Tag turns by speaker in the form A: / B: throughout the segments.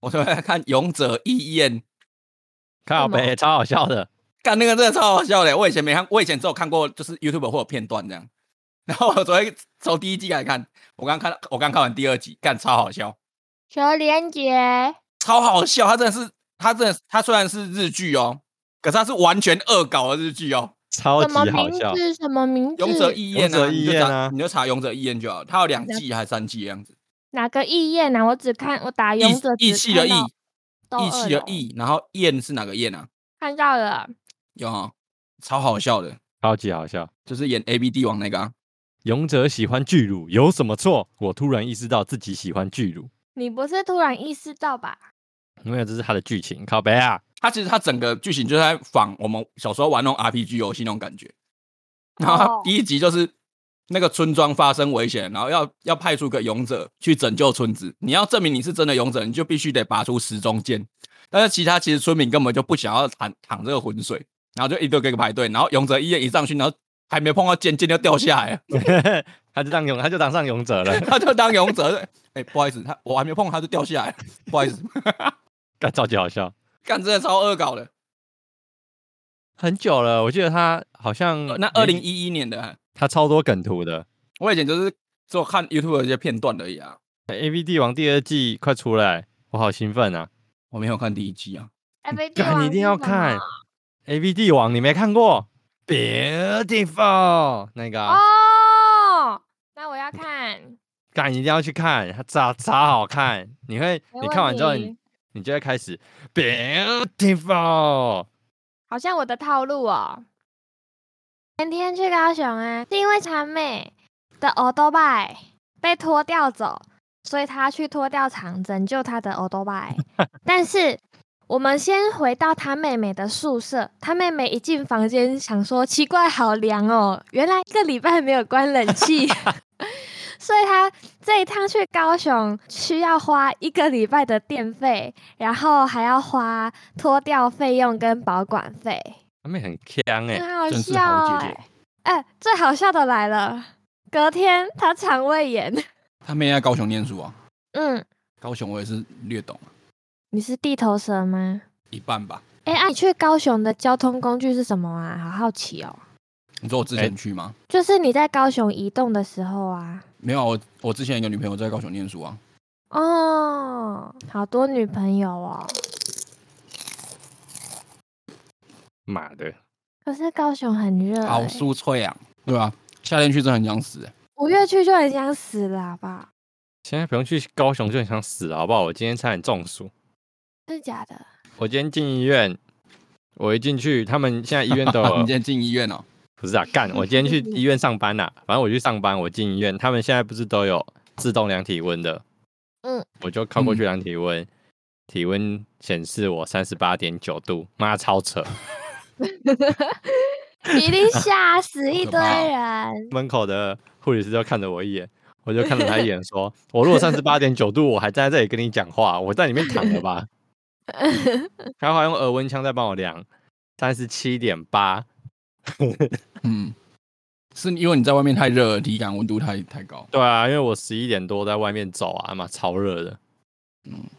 A: 我昨天在看《勇者义彦》，
B: 靠北超好笑的。
A: 干那个真的超好笑的，我以前没看，我以前只有看过就是 YouTube 会有片段这样。然后我昨天从第一季来看，我刚看，我刚看完第二集，干超好笑，
C: 求连结，
A: 超好笑。他真的是，他真的是，他虽然是日剧哦，可是他是完全恶搞的日剧哦。
B: 超
C: 什
B: 级
C: 么
B: 好
C: 名
B: 笑，
C: 字？什么名字？
A: 勇者义彦
B: 勇
A: 啊，
B: 者
A: 你
B: 义
A: 就
B: 彦
A: 查
B: 啊
A: 你就查勇者义彦就好，他有两季还是三季的样子。
C: 哪个义彦啊？我只看我打勇者，
A: 义义
C: 只
A: 气
C: 看
A: 的义
C: 到，斗
A: 义
C: 恶
A: 气的
C: 龙，
A: 义，然后燕是哪个燕啊？
C: 看到了，
A: 有啊，超好笑的，
B: 超级好笑。
A: 就是演 A B D 王那个、啊。
B: 勇者喜欢巨乳有什么错？我突然意识到自己喜欢巨乳，
C: 你不是突然意识到吧？
B: 因为这是他的剧情。靠北啊，
A: 他其实他整个剧情就在仿我们小时候玩那种 R P G 游戏那种感觉。然后
C: 哦
A: 他第一集就是那个村庄发生危险，然后要要派出个勇者去拯救村子。你要证明你是真的勇者，你就必须得拔出时钟剑。但是其他其实村民根本就不想要淌淌这个浑水，然后就一堆个排队，然后勇者一人一上去，然后还没碰到剑，剑就掉下来了。，
B: 他就当勇，他就当上勇者了
A: 他就当勇者。哎、不好意思，他我还没碰他就掉下来了，不好意思，
B: 干超级好笑。
A: 干真的超恶搞的。
B: 很久了，我记得他好像
A: 那
B: 没
A: 二零一一年的啊，
B: 他超多梗图的。
A: 我以前就是只有看 YouTube 的一些片段而已啊，
B: A V 帝王第二季快出来，我好兴奋啊！
A: 我没有看第一季啊。
C: 哎，被帝
B: 嗯干，你
C: 王
B: 一
C: 是
B: 定要
C: 什
B: 看
C: 么
B: A V 帝王，你没看过？Beautiful 那个啊，
C: 哦。那我要看，
B: 干、你一定要去看，它超超好看。你会
C: 没
B: 你看完之后
C: 问
B: 你
C: 题，
B: 你就会开始 Beautiful。
C: 好像我的套路哦。前天去高雄啊，是因为谄美的欧多拜被拖吊走，所以他去拖吊场拯救他的欧多拜。但是我们先回到他妹妹的宿舍，他妹妹一进房间，想说奇怪，好凉哦，原来一个礼拜没有关冷气。所以他这一趟去高雄需要花一个礼拜的电费，然后还要花脱掉费用跟保管费，
B: 他们很强哎、
C: 很好
A: 真是
C: 笑
A: 好姐
C: 哎、
A: 姐
C: 哎、最好笑的来了，隔天他肠胃炎。
A: 他妹在高雄念书啊，
C: 嗯，
A: 高雄我也是略懂
C: 你是地头蛇吗？
A: 一半吧。
C: 哎、啊，你去高雄的交通工具是什么啊？好好奇哦。
A: 你说我之前去吗？
C: 就是你在高雄移动的时候啊。
A: 没有啊，我我之前有个女朋友在高雄念书啊。
C: 哦，好多女朋友哦。
B: 妈的，
C: 可是高雄很热、
A: 好
C: 欸，
A: 酥脆啊，对吧、夏天去真的很想死、欸。
C: 五月去就很想死了，好不好？
B: 现在不用去高雄就很想死了，好不好？我今天差点中暑，
C: 真的假的？
B: 我今天进医院，我一进去，他们现在医院都
A: 你
B: 有
A: 今天进医院哦、
B: 不是啊，干！我今天去医院上班啦、反正我去上班，我进医院，他们现在不是都有自动量体温的？
C: 嗯，
B: 我就靠过去
A: 嗯
B: 量体温，体温显示我三十八点九度，妈超扯！
C: 一定吓死一
A: 可
C: 堆
A: 怕哦
C: 人。
B: 门口的护理师就看着我一眼，我就看了他一眼，说：“ 我如果三十八点九度，我还站在这里跟你讲话，我在里面躺了吧？”他还用额温枪在帮我量，三十七点八，
A: 嗯，是因为你在外面太热了，体感温度太太高。
B: 对啊，因为我十一点多在外面走啊，妈超热的。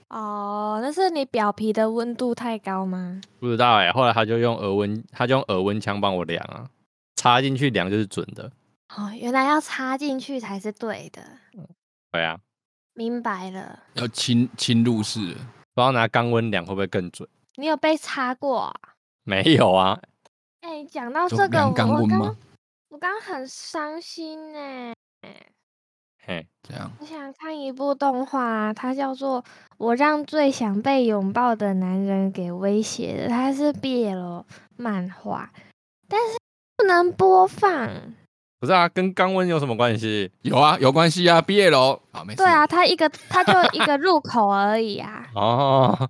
C: 哦，那是你表皮的温度太高吗？
B: 不知道哎、后来他就用耳温，他就用耳温枪帮我量啊，插进去量就是准的。
C: 哦，原来要插进去才是对的，
B: 对啊，
C: 明白了。
A: 要侵侵入式了，
B: 不知道拿肛温量会不会更准？
C: 你有被插过啊？没
B: 没有啊，
C: 哎，讲到
A: 就
C: 这个，
A: 量
C: 我
A: 肛
C: 我
A: 温
C: 刚
A: 吗？
C: 我刚很伤心呢。
B: 嘿，
A: 这样
C: 我想看一部动画，啊它叫做《我让最想被拥抱的男人给威胁的》，它是 BL 漫画，但是不能播放。
B: 不是啊，跟肛温有什么关系？
A: 有啊，有关系啊，毕业喽。好，没事。
C: 对啊，它一个它就一个入口而已啊。
B: 哦，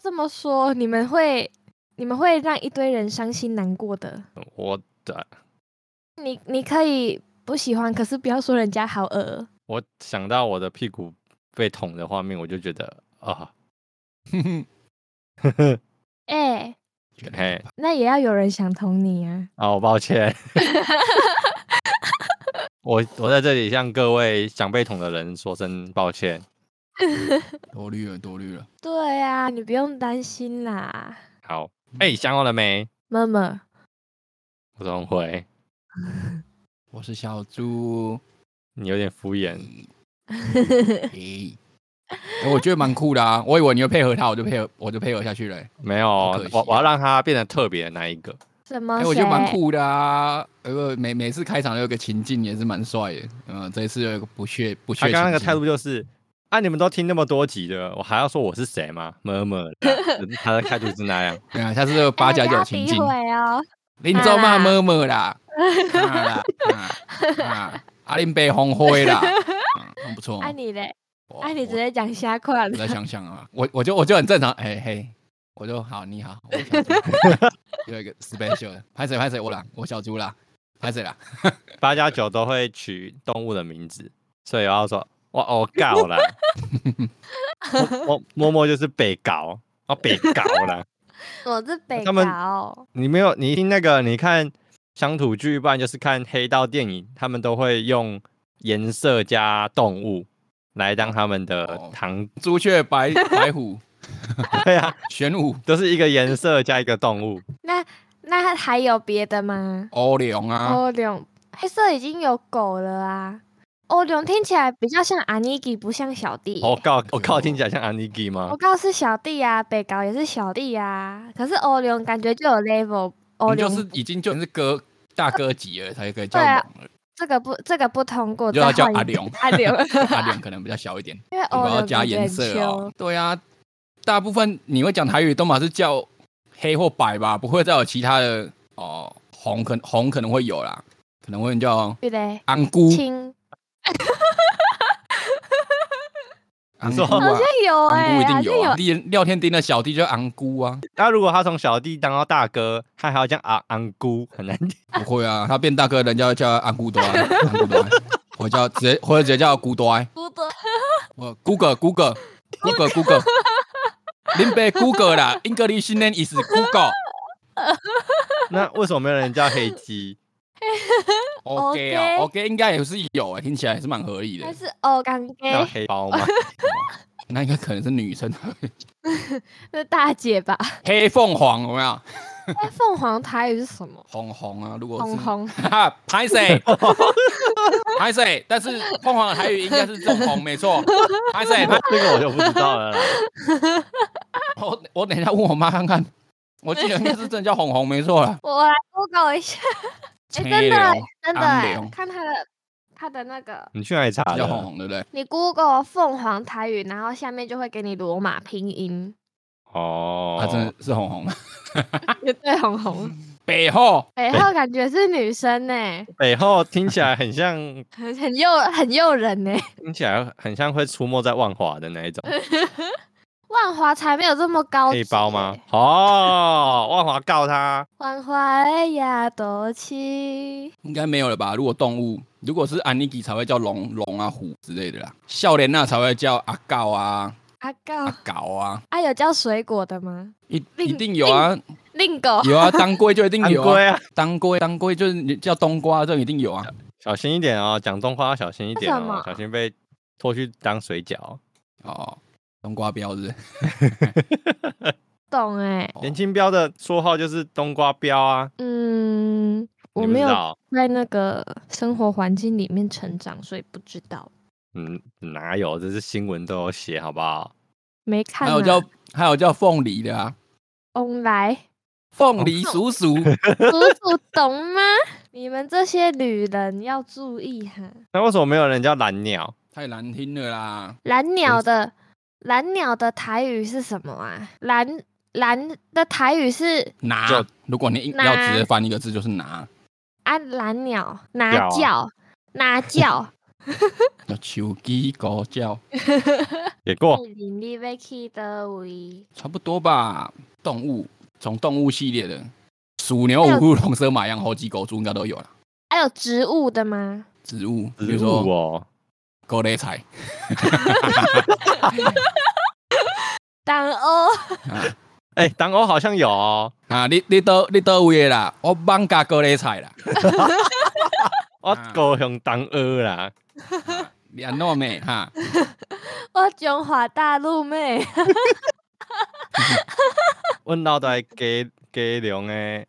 C: 这么说，你们会你们会让一堆人伤心难过的。
B: 我的，
C: 你你可以不喜欢，可是不要说人家好恶。
B: 我想到我的屁股被捅的画面，我就觉得啊，
C: 哎、
A: 觉得
B: 嘿，啊
C: 那也要有人想捅你啊！
B: 哦，抱歉， 我我在这里向各位长辈桶的人说声抱歉。
A: 多虑了，多虑了。
C: 对啊，你不用担心啦，
B: 好，哎、想好了没？
C: 妈妈。
B: 我总回，
A: 我是小猪。
B: 你有点敷衍。
A: 诶、诶我觉得蛮酷的啊！我以为你会配合他，我就配合，我就配合下去了、欸。
B: 没有，哦
A: 可惜
B: 我我要让他变得特别的那一个。
C: 什
A: 哎、
C: 么谁？
A: 我觉得蛮酷的啊！呃，每每次开场都有个情境也是蛮帅的。嗯，这一次有一个不屑不屑。
B: 他啊刚刚那个态，度就是，啊，你们都听那么多集了，我还要说我是谁吗？么 么的，他的态度是那样。
A: 对啊，他是八
C: 哎
A: 加
C: 不
A: 九
C: 要
A: 情
C: 诋
A: 境。
C: 毁哦，
A: 林州骂么么啦，啊啦啊啊！阿林被红灰啦，嗯很不错。
C: 爱啊你嘞，
A: 我
C: 爱你直
A: 我
C: 接讲瞎话
A: 我再
C: 了。
A: 想想啊，我我就我就很正常，哎、嘿，我就好，你好，我小猪 有一个 special 的，拍谁拍谁，我啦，我小猪啦，拍谁啦，
B: 八加九都会取动物的名字，所以我要说，我我搞了，我我 摸摸就是被搞，我被搞了。
A: 哦
C: 我是北
B: 他们
C: 高，
B: 你没有，你一听那个，你看乡土剧，不然就是看黑道电影，他们都会用颜色加动物来当他们的
A: 哦
B: 糖。
A: 朱雀白白虎
B: 对啊，
A: 玄武
B: 都是一个颜色加一个动物。
C: 那那还有别的吗？
A: 欧龙啊，
C: 欧龙黑色已经有狗了啊，欧龙听起来比较像阿尼基，不像小弟
A: 哦
C: 耶。
B: 我靠，我靠，哦听起来像安妮基吗
C: 我？告是小弟啊，北高也是小弟啊，可是欧龙感觉就有 level，欧哦
A: 你就
C: 龙
A: 是已经就是哥大哥级了，才可以叫
C: 对啊
A: 龙了。
C: 这个不这个不通过，
A: 你就要
C: 再
A: 叫
C: 换一
A: 阿
C: 个
A: 龙
C: 阿龙，
A: 阿龙可能比较小一点，
C: 因为
A: 如
C: 欧
A: 果要
C: 龙
A: 加
C: 感觉
A: 颜
C: 很
A: 色
C: 凶
A: 哦。对啊，大部分你会讲台语都嘛是叫黑或白吧，不会再有其他的哦，红可红可能会有啦，可能会叫
C: 对嘞，
A: 安姑，
C: 亲，
A: 安
B: 你
A: 姑
B: 说
A: 啊
C: 好像有
A: 昂
C: 哎、
A: 姑一
C: 好
A: 定
C: 像
A: 有啊，廖廖天丁的小弟就昂姑 啊，
B: 那如果他从小弟当到大哥，他还要叫昂昂姑，很难听。
A: 不会啊，他变大哥，人家会叫他昂姑多，啊 昂姑多，我叫直接或者直接叫姑多，啊
C: 不多
A: 我 Google Google Google Google，林北 Google 啦，English name is Google。
B: 那为什么没有人叫黑鸡？
A: OK 啊，OK 应该也是有啊，听起来也是蛮合理的
C: 还。是欧刚
B: 叫
A: 啊
C: 给
B: 黑包 吗？
A: 那应该可能是女生，
C: 是大姐吧？
A: 黑凤凰有没有？
C: 哎，凤凰台语是什么？
A: 红红啊，如果是
C: 红红
A: 哈哈，拍 谁？拍谁？但是凤凰的台语应该是这种红，没错。拍谁？拍
B: 这个我就不知道了啦。
A: 我我等一下问我妈看看，我记得应该是真的叫红红，没错啦。
C: 我来 Google 一下， 哎、真的
A: 青
C: 哎
A: 柳
C: 真的
A: 安
C: 哎
A: 柳
C: 看他的他的那个，
B: 你去哪里查
A: 叫红
B: 的？哦
A: 红，对不对？
C: 你 Google 凤凰台语，然后下面就会给你罗马拼音，
B: 哦，
A: 她真的是红红。啊
C: 也对，红红，
A: 背后
C: 然后哎感觉是女生呢、
B: 北后听起来很像，
C: 很很诱很诱人呢、欸
B: 听起来很像会出没在万华的那一种
C: 嗯万华才没有这么高级
B: 黑包吗
C: 欸？？
B: 哦，万华告他，
C: 万花哎呀，多情。
A: 应该没有了吧？如果动物，如果是安妮基才会叫龙龙啊、虎之类的啦。笑莲娜才会叫阿告啊、
C: 阿告
A: 阿搞啊，
C: 啊，有叫水果的吗？
A: 一
C: 另
A: 一定有啊，
C: 令狗
A: 有啊， 当归就一定
B: 安
A: 有啊
B: 龟。啊，
A: 当归当归就是你叫冬瓜，这一定有 啊。
B: 小心一点哦，讲中话要小心一点
C: 为什
B: 哦
C: 么，
B: 小心被拖去当水饺。
A: 哦，冬瓜标是不是
C: 懂哎、
B: 严金彪的绰号就是冬瓜彪啊，
C: 嗯，我
B: 你不
C: 没
B: 知
C: 有
B: 道，
C: 在那个生活环境里面成长，所以不知道，
B: 嗯，哪有？这是新闻都有写，好不好？
C: 没看、
A: 还
C: 啊。
A: 有叫还有叫凤梨的啊，
C: 翁 来，
A: 凤
C: 哦
A: 梨叔叔。
C: 叔叔懂吗？你们这些女人要注意哈，
B: 那为什么没有人叫蓝鸟？
A: 太难听了啦！
C: 蓝鸟的蓝鸟的台语是什么啊？蓝蓝的台语是
A: 拿
B: 就，
A: 如果你硬
C: 拿
A: 要直接翻一个字，就是拿，
C: 啊，蓝鸟拿
B: 鸟啊
C: 叫 拿叫，
A: 叫手机狗叫，
B: 也过，
C: 你你要去的位？
A: 差不多吧。动物从动物系列的，鼠牛虎兔龙蛇马羊猴鸡狗猪应该都有啦。
C: 还有植物的吗？
A: 植物，比
C: 嗯
B: 植
A: 如
B: 物
A: 说
B: 哦，
A: 狗雷菜
C: 党欧
A: 啊
B: 哎，党欧好像有哦，
A: 啊，你你都你都位的啦，我帮加狗雷菜啦。
B: 我
A: 啊
B: 高雄东二啦，
A: 两诺美哈，
C: 我中华大陆妹，
B: 阮老大家家龙诶，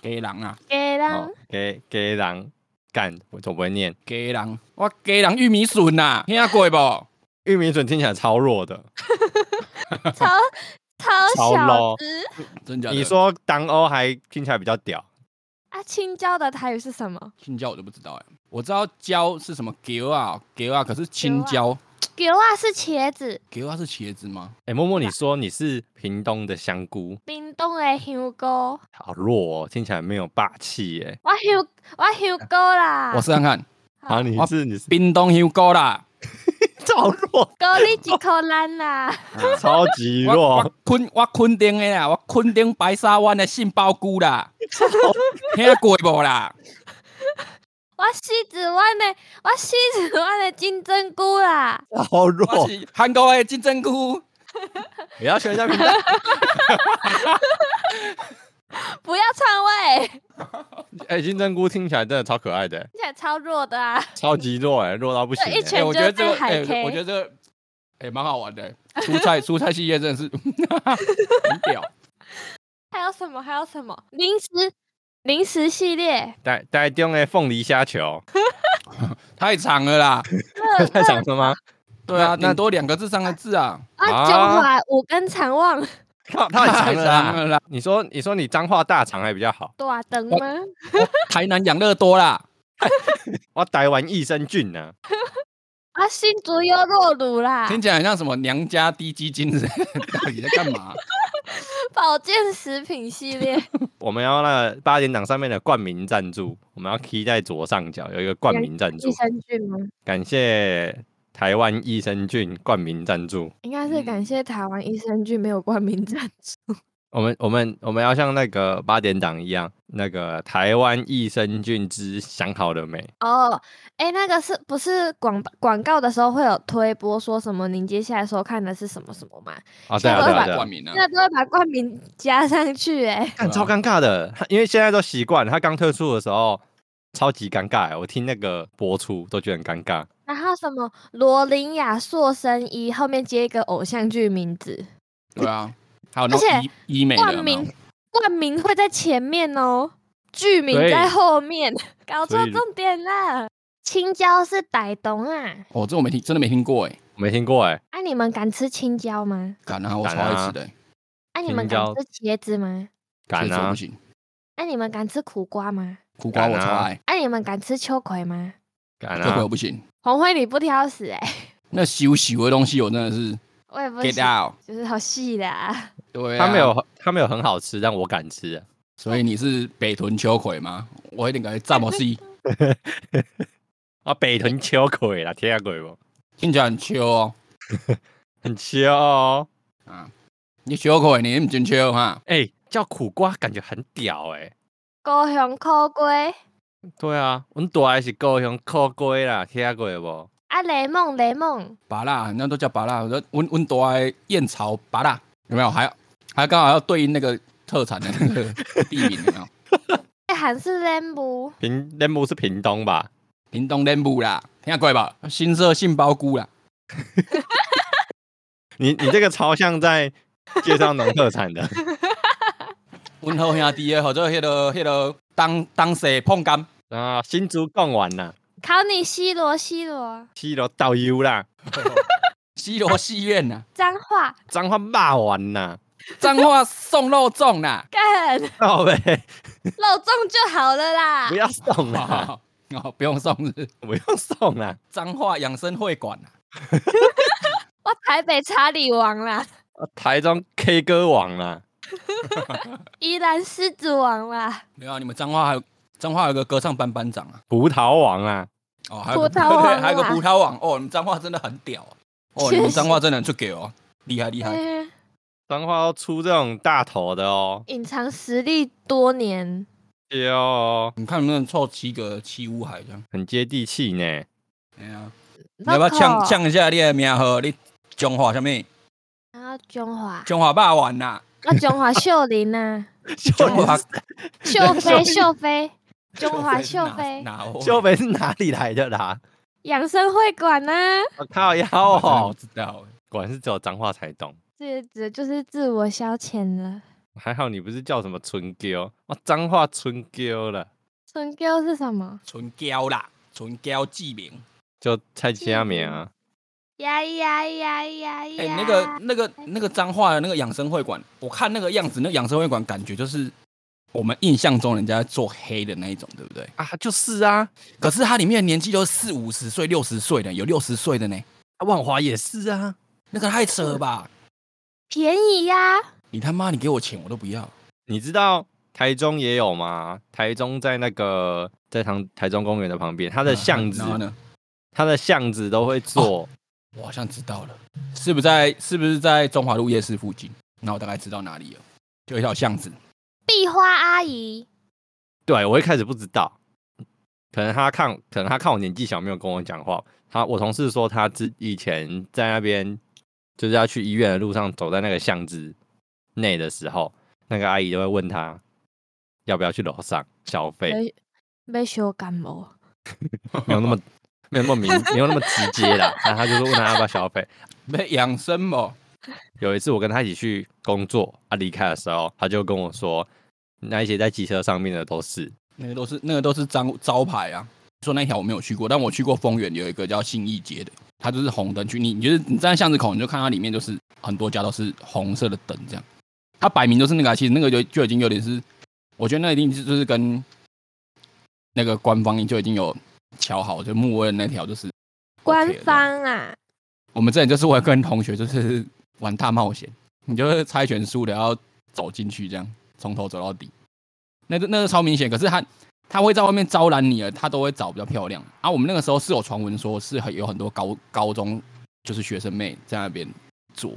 A: 给人啊，
C: 给人
B: 哦，家家人干，我总不会念。
A: 给人，我给人玉米笋呐、啊，听过不？
B: 玉米笋听起来超弱的，
C: 超超
B: 超
C: 小
B: low
C: 只
A: 真假的？
B: 你说东欧还听起来比较屌，
C: 啊！青椒的台语是什么？
A: 青椒我就不知道哎、我知道椒是什么椒啊椒啊，可是青椒
C: 给啊是茄子，
A: 椒啊是茄子吗？
B: 哎、默默你说你是屏东的香菇，
C: 冰冻的香菇，
B: 好弱哦，听起来没有霸气耶。
C: 我香我香菇啦，
A: 我试看看，
B: 好，你
A: 啊
B: 是你是
A: 冰冻香菇啦，
B: 超弱，
C: 高丽几口烂啦，
B: 超级
A: 我我
B: 弱，
A: 昆我昆丁的啦，我昆丁白沙湾的杏鲍菇啦，听过无啦？
C: 我西子湾的我西子湾的金针菇啦，
B: 超弱
A: 我，是韩国的金针菇，
B: 不要学人家屏东。
C: 不要篡位，听
B: 哎、金针菇听起来真的超可爱的，
C: 起来超弱的啊！
B: 超级弱哎，弱到不行
C: 一
B: 耶。
A: 哎、
C: 拳
A: 我觉得
C: 就
A: 这个
C: 被海
A: 哎、
C: K
A: 我觉得这个哎蛮、好玩的、蔬菜 蔬菜系列真的是很屌。
C: 还有什么？还有什么？零食零食系列，
B: 台台中的凤梨虾球，
A: 太长了啦，
C: 热
B: 太长了吗？
A: 对啊，
B: 那
A: 顶多两个字、三个字啊，
C: 啊，
B: 啊
C: 中华五根肠旺，
B: 靠，太长了
A: 太长
B: 啦！
A: 了啦，
B: 你说你说你脏话大肠还比较好，
C: 大灯
A: 我
C: 啊吗？
A: 台南养乐多啦，
B: 我台湾益生菌呢、
C: 啊，新竹优酪乳啦，
A: 听起来很像什么娘家低基金子， 到底在干嘛？
C: 保健食品系列，
B: 我们要那个八点档上面的冠名赞助，我们要 key 在左上角有一个冠名赞助
A: 哎
C: 益，生菌吗？
B: 感谢台湾益生菌冠名赞助。
C: 应该是感谢台湾益生菌没有冠名赞助。
B: 我们我们我们要像那个八点档一样，那个台湾益生菌之想好了没？
C: 哦，哎，那个是不是广广告的时候会有推播说什么？您接下来收看的是什么什么吗？
B: 哦，对
C: 想
B: 啊
C: 好
B: 对
C: 了
B: 啊
C: 没
B: 对啊
A: 冠，名啊，
C: 那都会把冠名加上去，哎，
A: 对啊
B: 看超尴尬的，他因为现在都习惯，他刚推出的时候超级尴尬，我听那个播出都觉得很尴尬。
C: 然后什么罗琳雅塑身衣后面接一个偶像剧名字，
A: 对啊， 还有那种
C: 而且
A: 医医美的有
C: 冠
A: 没有
C: 名冠名会在前面哦，剧名在
B: 所以
C: 后面，搞错
B: 所以
C: 重点了。青椒是傣东啊，
A: 哦，这我没听，真的没听过哎，
B: 我没听过哎，
C: 啊，你们敢吃青椒吗？
A: 敢啊，我超
B: 敢
A: 爱
B: 啊
A: 吃的欸，
C: 啊，你们
B: 青
C: 敢
B: 椒
C: 吃茄子吗？
B: 敢
A: 所以说
B: 啊
A: 不！行，
C: 啊，你们敢吃苦瓜吗？
A: 苦瓜我
B: 敢啊
A: 超爱，
C: 啊，你们敢吃秋葵吗？
B: 敢
A: 这回
B: 啊
A: 我！不行，
C: 红辉你不挑食哎、
A: 那羞羞的东西我真的是
C: 我也不
A: get
C: 行，
A: out，
C: 就是好细的、啊。
A: 对啊，
B: 他没，有，他没有很好吃，但我敢吃啊。
A: 所以你是北屯秋葵吗？我有点感觉詹姆斯
B: 啊，北屯秋葵啦，听下鬼不？
A: 听起来很秋哦，
B: 很秋哦。
A: 啊，你秋葵你唔真秋哈，
B: 哎，叫苦瓜感觉很屌哎。
C: 高雄苦瓜，
B: 对啊，阮大的是高雄烤鸡啦，听下鬼不？
C: 啊雷梦雷梦，
A: 拔辣，人家都叫拔辣，我说温温多埃燕巢拔辣，有没有？还还刚好要对应那个特产的那个地名，有没有？
C: 哎韩式雷姆，
B: 屏那不是屏东吧？
A: 屏东南部啦，听过吧？新社杏鲍菇啦，
B: 你你这个超像在介绍农特产 的。
A: 阮好兄弟的，或者迄个迄个当当西碰柑，
B: 啊，新竹贡丸啦，
C: 考你西罗西罗，
B: 西螺导游啦，
A: 西罗戏院啦，
C: 脏话，
B: 彰化霸丸啦，
A: 彰化送肉粽啦
C: 干
B: 靠呗，
C: 肉粽就好了啦
B: 不。要送 啦，
A: 哦，不用送是
B: 不用送啦。
A: 彰化养生会馆啦，
C: 我台北查理王啦，
B: 啊台中 K 歌王啦，
C: 宜兰狮子王啦，
A: 没有啊？你们彰化还有彰化有个歌唱班班长啊，
B: 葡萄王啦，
A: 哦，还有个
C: 葡萄王
A: 对还有个
C: 啊
A: 葡萄网哦，你们彰化真的很屌啊，哦，你
C: 确
A: 们
C: 实
A: 彰化真的很出给哦，厉害厉害。
C: 嗯
B: 彰化都出这种大头的哦，
C: 隐藏实力多年。
B: 对哦，
A: 你看能不能凑七个七五海这样？很
B: 很接地气呢。
A: 哎呀，你要不要
C: Loco
A: 呛？呛一下你的名号？你中华什么？
C: 然后啊中华，
A: 中华霸王呐、
C: 啊中华秀玲呐，
A: 中华
C: 秀妃秀妃，中华秀
A: 飞
C: 飞
A: 哪哪位
B: 秀美是哪里来的 啦？
C: 养生会馆呢、
B: 我靠腰
A: 我真的不
B: 哦，
A: 知道欸，
B: 果然是只有脏话才懂。
C: 这这就是自我消遣了。
B: 还好你不是叫什么春娇，哇，脏话春娇了，
C: 春哥是什么？
A: 纯胶啦，纯胶记名。
B: 就蔡其亚名啊。
C: 呀呀呀呀呀！
A: 哎、那个、那个、那个脏话的那个养生会馆，我看那个样子，那养生会馆感觉就是我们印象中人家在做黑的那一种，对不对？
B: 啊，就是啊，
A: 可是它里面的年纪都是四五十岁、六十岁的，有六十岁的呢，
B: 万华也是啊，
A: 那个太扯了吧！
C: 便宜呀、
A: 你他妈，你给我钱我都不要。
B: 你知道台中也有吗？台中在那个在台台中公园的旁边，它
A: 它
B: 的巷子，
A: 然后呢？
B: 它的巷子都会做，
A: 我好像知道了，是不是在是不是在中华路夜市附近？那我大概知道哪里了，就一条巷子。
C: 壁花阿姨，
B: 对我一开始不知道，可能他看，可能他看我年纪小，没有跟我讲话。他我同事说他之以前在那边就是要去医院的路上，走在那个巷子内的时候，那个阿姨就会问他要不要去楼上消费，
C: 被被修感冒，
B: 没有那么没有那么明，没有那么直接啦。然后他就是问他要不要消费。
A: 没养生哦，
B: 有一次我跟他一起去工作，他离开的时候，他就跟我说，那一些在机车上面的都是
A: 那个都是那个都是招招牌啊。说那条我没有去过，但我去过丰原有一个叫信义街的，它就是红灯区。你你就是你站在巷子口，你就看它里面就是很多家都是红色的灯这样。它摆明就是那个啊、其实那个就就已经有点是，我觉得那一定是就是跟那个官方就已经有瞧好，就木卫的那条就是 OK
C: 官
A: 了这样
C: 方啊，
A: 我们之前就是会跟同学就是玩大冒险，你就是猜拳输的要走进去，这样从头走到底。那个那个超明显，可是他他会在外面招揽你了，他都会找比较漂亮。啊，我们那个时候是有传闻说是很有很多高高中就是学生妹在那边做，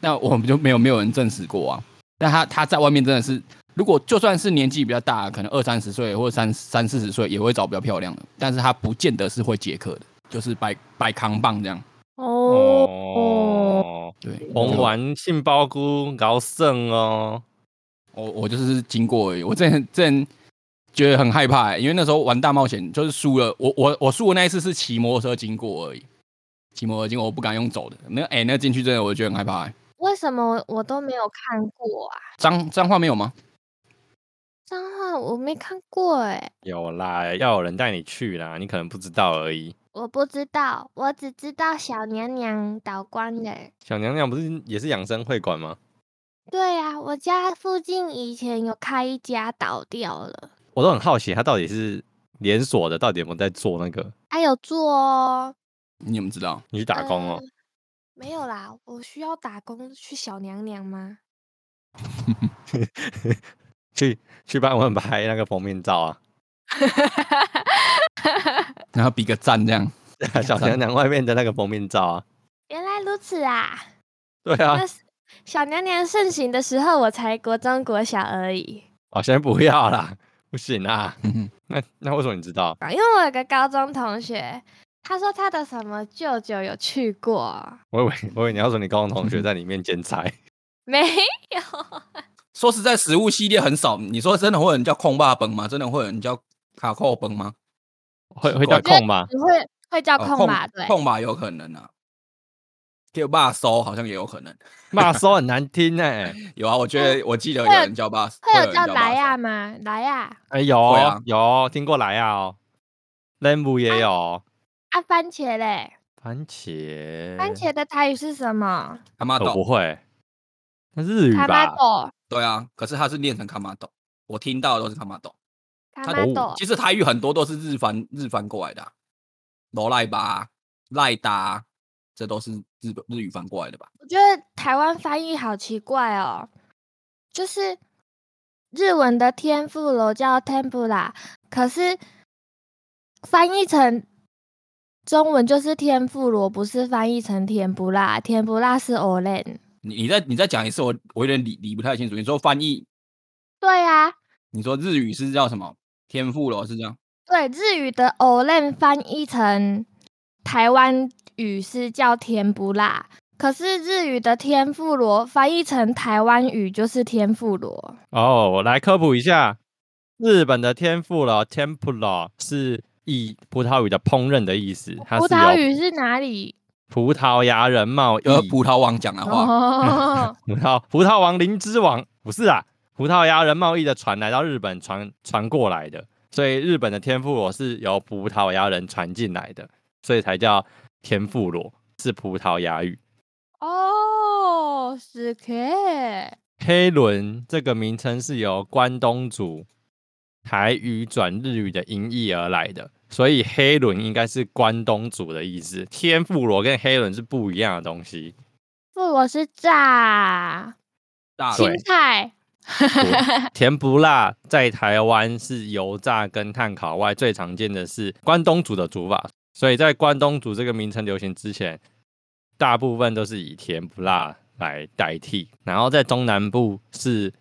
A: 那我们就没有没有人证实过啊。但他他在外面真的是，如果就算是年纪比较大，可能二三十岁或者三三四十岁也会找比较漂亮的，但是他不见得是会解渴的，就是摆摆扛棒这样。
C: 哦，
B: 哦，
A: 对，啊丸。
B: 红丸杏鲍菇高盛哦。
A: 我我就是经过而已。我之前之前觉得很害怕、欸，因为那时候玩大冒险就是输了。我我我输的那一次是骑摩托车经过而已，骑摩托车经过我不敢用走的。那哎、欸那进去真的我觉得很害怕、欸。
C: 为什么我我都没有看过啊？
A: 脏脏话没有吗？
C: 脏话我没看过哎、
B: 有啦，要有人带你去啦，你可能不知道而已。
C: 我不知道，我只知道小娘娘导光的。
B: 小娘娘不是也是养生会馆吗？
C: 对啊，我家附近以前有开一家倒掉了，
B: 我都很好奇，它到底是连锁的，到底有没有在做那个？
C: 还有做哦。
A: 你怎么知道？
B: 你去打工哦、
C: 呃没有啦，我需要打工去小娘娘吗？
B: 去去帮我们拍那个封面照 啊！
A: 然后比个赞这样。
B: 小娘娘外面的那个封面照啊！
C: 原来如此啊！
B: 对啊
C: 那，是小娘娘盛行的时候，我才国中国小而已
B: 哦，先不要啦，不行啊！
A: 哼嗯哼
B: 那那为什么你知道？
C: 啊。因为我有个高中同学，他说他的什么舅舅有去过，
B: 我以为我以为你要说你高中同 学在里面兼差，
C: 没有？
A: 说实在，食物系列很少。你说真的会有人叫空霸崩吗？真的会有人叫卡扣崩吗？
B: 会会
A: 怪
B: 叫空吗？
C: 只会会叫
A: 哦
C: 空吧？对，
A: 控吧有可能啊。叫霸收好像也有可能。
B: 骂说很难听哎、
A: 有啊，我觉得我记得有
C: 嗯会有
A: 人叫霸，
C: 会有
A: 人
C: 叫
A: 霸
C: 来啊
A: 收
C: 亚吗？来亚
B: 哎、有、
A: 会啊
B: 有听过莱亚哦，莱姆也有、
C: 啊，番茄嘞，
B: 番茄，哦
C: 番茄的台语是什么？
A: 卡玛
B: 我不
A: 豆。
B: 会，那日语
C: 卡玛
B: 吧？
C: 豆，
A: 对啊，可是他是念成卡玛豆，我听到的都是卡玛豆。
C: 卡
A: 它
C: 玛
B: 哦
C: 豆，
A: 其实台语很多都是日翻日翻过来的、啊，罗赖吧、赖达啊，这都是日本日语翻过来的吧？
C: 我觉得台湾翻译好奇怪哦，就是日文的天妇罗叫 tempura，可是翻译成中文就是天妇罗，不是翻译成甜不辣，甜不辣是 olen。
A: 你你再你再讲一次，我我有点理理不太清楚。你说翻译，
C: 对啊，
A: 你说日语是叫什么？天赋咯，是这样？
C: 对，日语的 olen 翻译成台湾语是叫甜不辣，可是日语的天妇罗翻译成台湾语就是天妇罗。
B: 哦，我来科普一下，日本的天妇罗 （tempura） 是意葡萄语的烹饪的意思，它
C: 葡
B: 是
C: 萄
B: 由
C: 语是哪里？
B: 葡萄牙人贸易
A: 呃，葡萄王讲的话，
C: 哦，
B: 葡萄葡萄王灵芝王不是啊，葡萄牙人贸易的船来到日本传传过来的，所以日本的天妇罗是由葡萄牙人传进来的，所以才叫天妇罗，是葡萄牙语。
C: 哦，是 K，
B: 黑轮这个名称是由关东煮台语转日语的音译而来的，所以黑轮应该是关东煮的意思。天妇罗跟黑轮是不一样的东西。
C: 不，我是炸
A: 大
B: 对
A: 人
C: 青菜，
B: 甜不辣在台湾是油炸跟炭烤外最常见的是关东煮的煮法，所以在关东煮这个名称流行之前，大部分都是以甜不辣来代替。然后在中南部是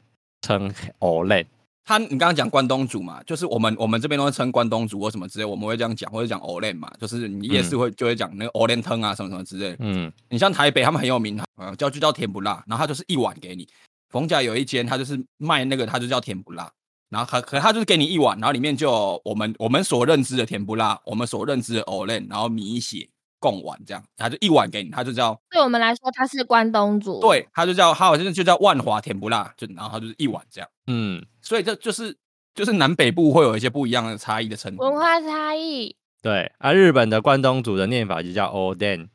B: 称 o l e
A: 他你刚刚讲关东煮嘛，就是我们我们这边都会称关东煮或什么之类，我们会这样讲，或者讲 o l e n 嘛，就是你夜市会、就会讲那个 o l e n 汤啊什么什么之类的。
B: 嗯，
A: 你像台北他们很有名，呃，叫就叫甜不辣，然后他就是一碗给你。逢甲有一间，他就是卖那个，他就叫甜不辣，然后可可他就是给你一碗，然后里面就有我们我们所认知的甜不辣，我们所认知的 o l e n 然后米血贡丸这样，他就一碗给你，他就叫
C: 对我们来说它是关东煮。，
A: 对，他就叫他好像就叫万华甜不辣，就然后他就是一碗这样。
B: 嗯，
A: 所以这就是就是南北部会有一些不一样的差异的程度。
C: 文化差异。
B: 对啊，日本的关东煮的念法就叫 oden，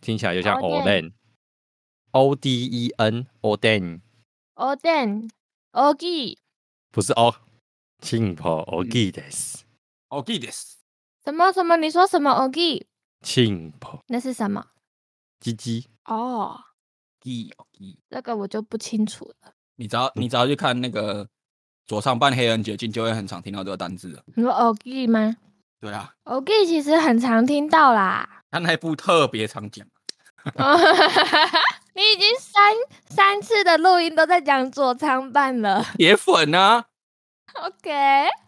B: 听起来就像 o l e n
C: Oden
B: o d e n oden，
C: o d e n o g
B: 不是哦 o，庆婆 o g i d e s
A: 哦 g i d s
C: 什么什么？你说什么 o g
B: 庆婆
C: 那是什么？
B: 鸡鸡。
C: 哦，
A: g g，
C: 这个我就不清楚了。
A: 你只要你只要去看那个左上半黑人绝境，就会很常听到这个单字了。
C: 你说 o g 吗
A: 对啊，
C: o g 其实很常听到啦。
A: 他那一部特别常讲，
C: 你已经三三次的录音都在讲左仓办了
A: 铁粉啊，
C: ，OK？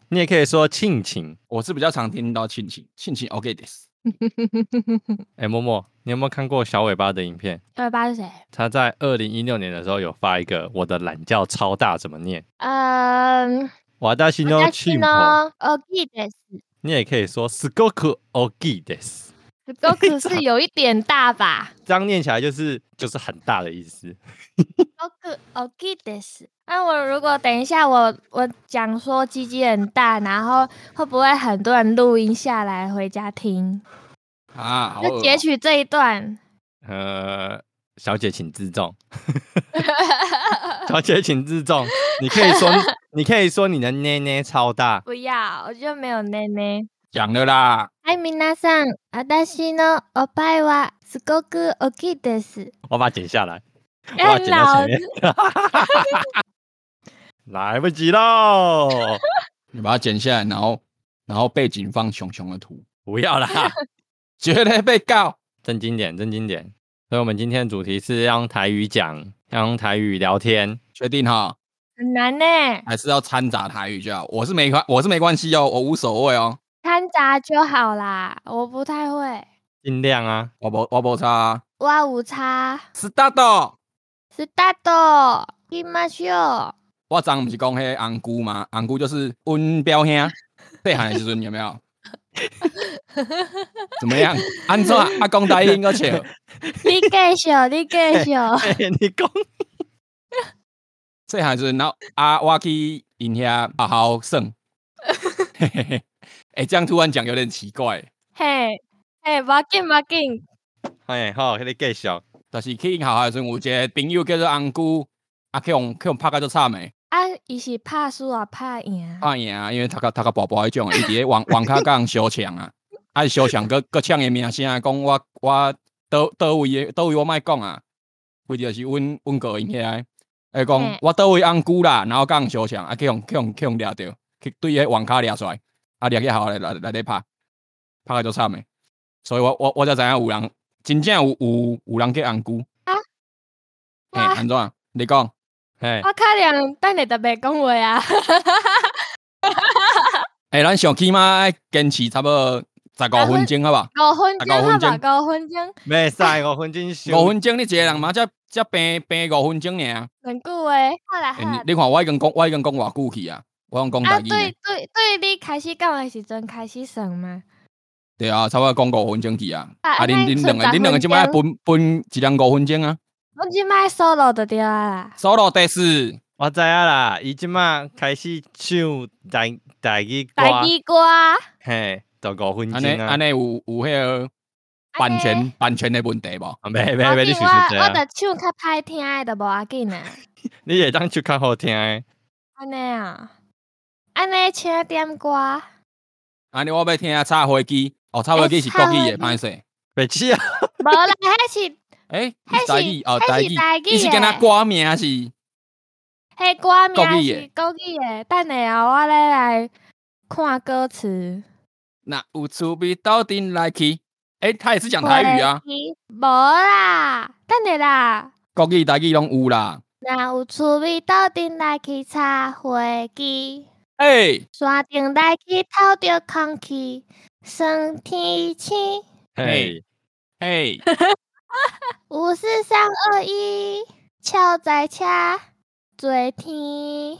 B: 你也可以说庆庆。
A: 我是比较常听到庆庆庆庆 o g i d s
B: 哎、默默，你有没有看过小尾巴的影片？
C: 二八是谁？
B: 他在二零一六年的时候有发一个我的懒觉超大怎么念？
C: 嗯，
B: 瓦达西诺
C: 但
B: 哦庆
C: 是
B: 婆，
C: 呢呃 o g 的
B: 你也可以说 skoku ogi des，
C: Goku 是有一点大吧
B: 这样念起来就是就是很大的意思。
C: ？Goku o g 的是。哦那我如果等一下我我讲说鸡鸡很大，然后会不会很多人录音下来回家听？
A: 啊，好恶
C: 就
A: 哦
C: 截取这一段。
B: 呃，小姐请自重，小姐请自重。你可以说，你可以说你的捏捏超大。
C: 不要，我就没有奶奶。
A: 讲了啦，
C: 嗨，皆さん、私のおっぱいはすごく大きいです。
B: 我把它剪下来，我把它
C: 哎
B: 剪在
C: 老
B: 前
C: 子
B: 面，来不及喽！
A: 你把它剪下来，然后然后背景放熊熊的图，
B: 不要啦。
A: 绝对被告。
B: 真经典，真经典。所以，我们今天的主题是要用台语讲，要用台语聊天。
A: 确定哈，
C: 很难呢、
A: 还是要掺杂台语就好。我是没关，我是没关系哦，我无所谓哦，
C: 掺杂就好啦，我不太会。
B: 尽量啊，
A: 我不我不差、啊。
C: 哇，五叉
A: start。
C: 是大豆，一马秀。
A: 我昨不是讲迄红姑吗？红姑就是阮表兄，细汉的时阵有没有？怎么样？安怎？啊阿公答应我笑，
C: 你继续，你继 续。
B: 哎你讲
A: 细汉的时阵，然后啊，我去因遐好好耍。 嘿嘿嘿，哎，这样突然讲有点奇怪，
C: 嘿，嘿，不要紧，不要紧。
B: 哎好，你继续。
A: 但是去因好好的时阵，有一个朋友叫做红姑，啊，去用去用拍到做惨的，
C: 啊，伊是拍输啊，拍赢。
A: 拍赢啊，因为他个他个宝宝迄种的，伊伫咧网 网卡甲人相抢啊，啊相抢个个抢伊名声啊，讲我我倒倒位的倒位我莫讲啊，为着是阮阮哥因遐，哎讲
C: 嘿
A: 我倒位红姑啦，然后甲人相抢啊，去互去互去互掠着，去对迄网卡掠出来，啊掠去后来来来咧拍，拍个就惨诶，所以我我我才知影有人真正有有有人叫红姑，嘿
C: 哇
A: 安怎？你讲
B: 哎，
C: 我可能等下特别讲话啊。
A: 哎，咱上起码要坚持差不多十
C: 啊
A: 五分钟好吧？
C: 五分钟
A: 啊五分
C: 好
A: 钟
C: 吧，五分钟，
B: 没事，五分钟休。
A: 五分钟你一个人嘛，才才平平五分钟尔。
C: 啊很久诶。好啦
A: 欸
C: 好
A: 你
C: 啦，
A: 你看我已经讲我已经讲偌久去啊，我用公
C: 啊，
A: 道义呢。
C: 对对对，你开始讲的时阵开始算嘛？
A: 对啊，差不多讲五分钟起啊。
C: 啊
A: 啊，恁
C: 那
A: 恁两个
C: 剩
A: 恁两个
C: 10
A: 即摆分分一人五分钟啊。
C: 我即摆 solo 就对啊啦，
A: solo 第四，
B: 我知啊啦，伊即马开始唱台台语歌，
A: 啊
C: 大地瓜，
B: 嘿，就五分
A: 安
B: 钟
A: 尼
B: 啊
A: 安。尼有有迄个版权版权的问题无？
B: 啊，袂
C: 安
B: 袂袂，你
C: 尼。要
B: 想想
C: 紧我
B: 者
C: 我
B: 啊，
C: 著唱较歹听的就无要紧啦。
B: 你会当唱较好听诶。
C: 安尼啊，安尼请点歌，
A: 安尼我要听插花机，哦，插花机是国语的，
C: 插花
A: 歹势。
B: 袂起啊，
C: 无啦，迄是
A: 诶，
C: 迄是
A: 台语哦，
C: 迄是
A: 台语
C: 台，语
A: 伊是敢若
C: 的
A: 歌名是
C: 迄歌
A: 国
C: 名
A: 语的
C: 是国语的，等下啊，我咧来看歌词。
A: 那有厝边斗阵来去。诶，他也是讲台语啊，
C: 回去。无啦，等下啦。
A: 国语台语拢有啦。
C: 若有趣味，斗阵来去插花枝，
A: 诶，
C: 山顶来去透着空气，酸天青。
A: 嘿
B: 嘿，
A: 嘿，
C: 五四三二一，翘在车，做天，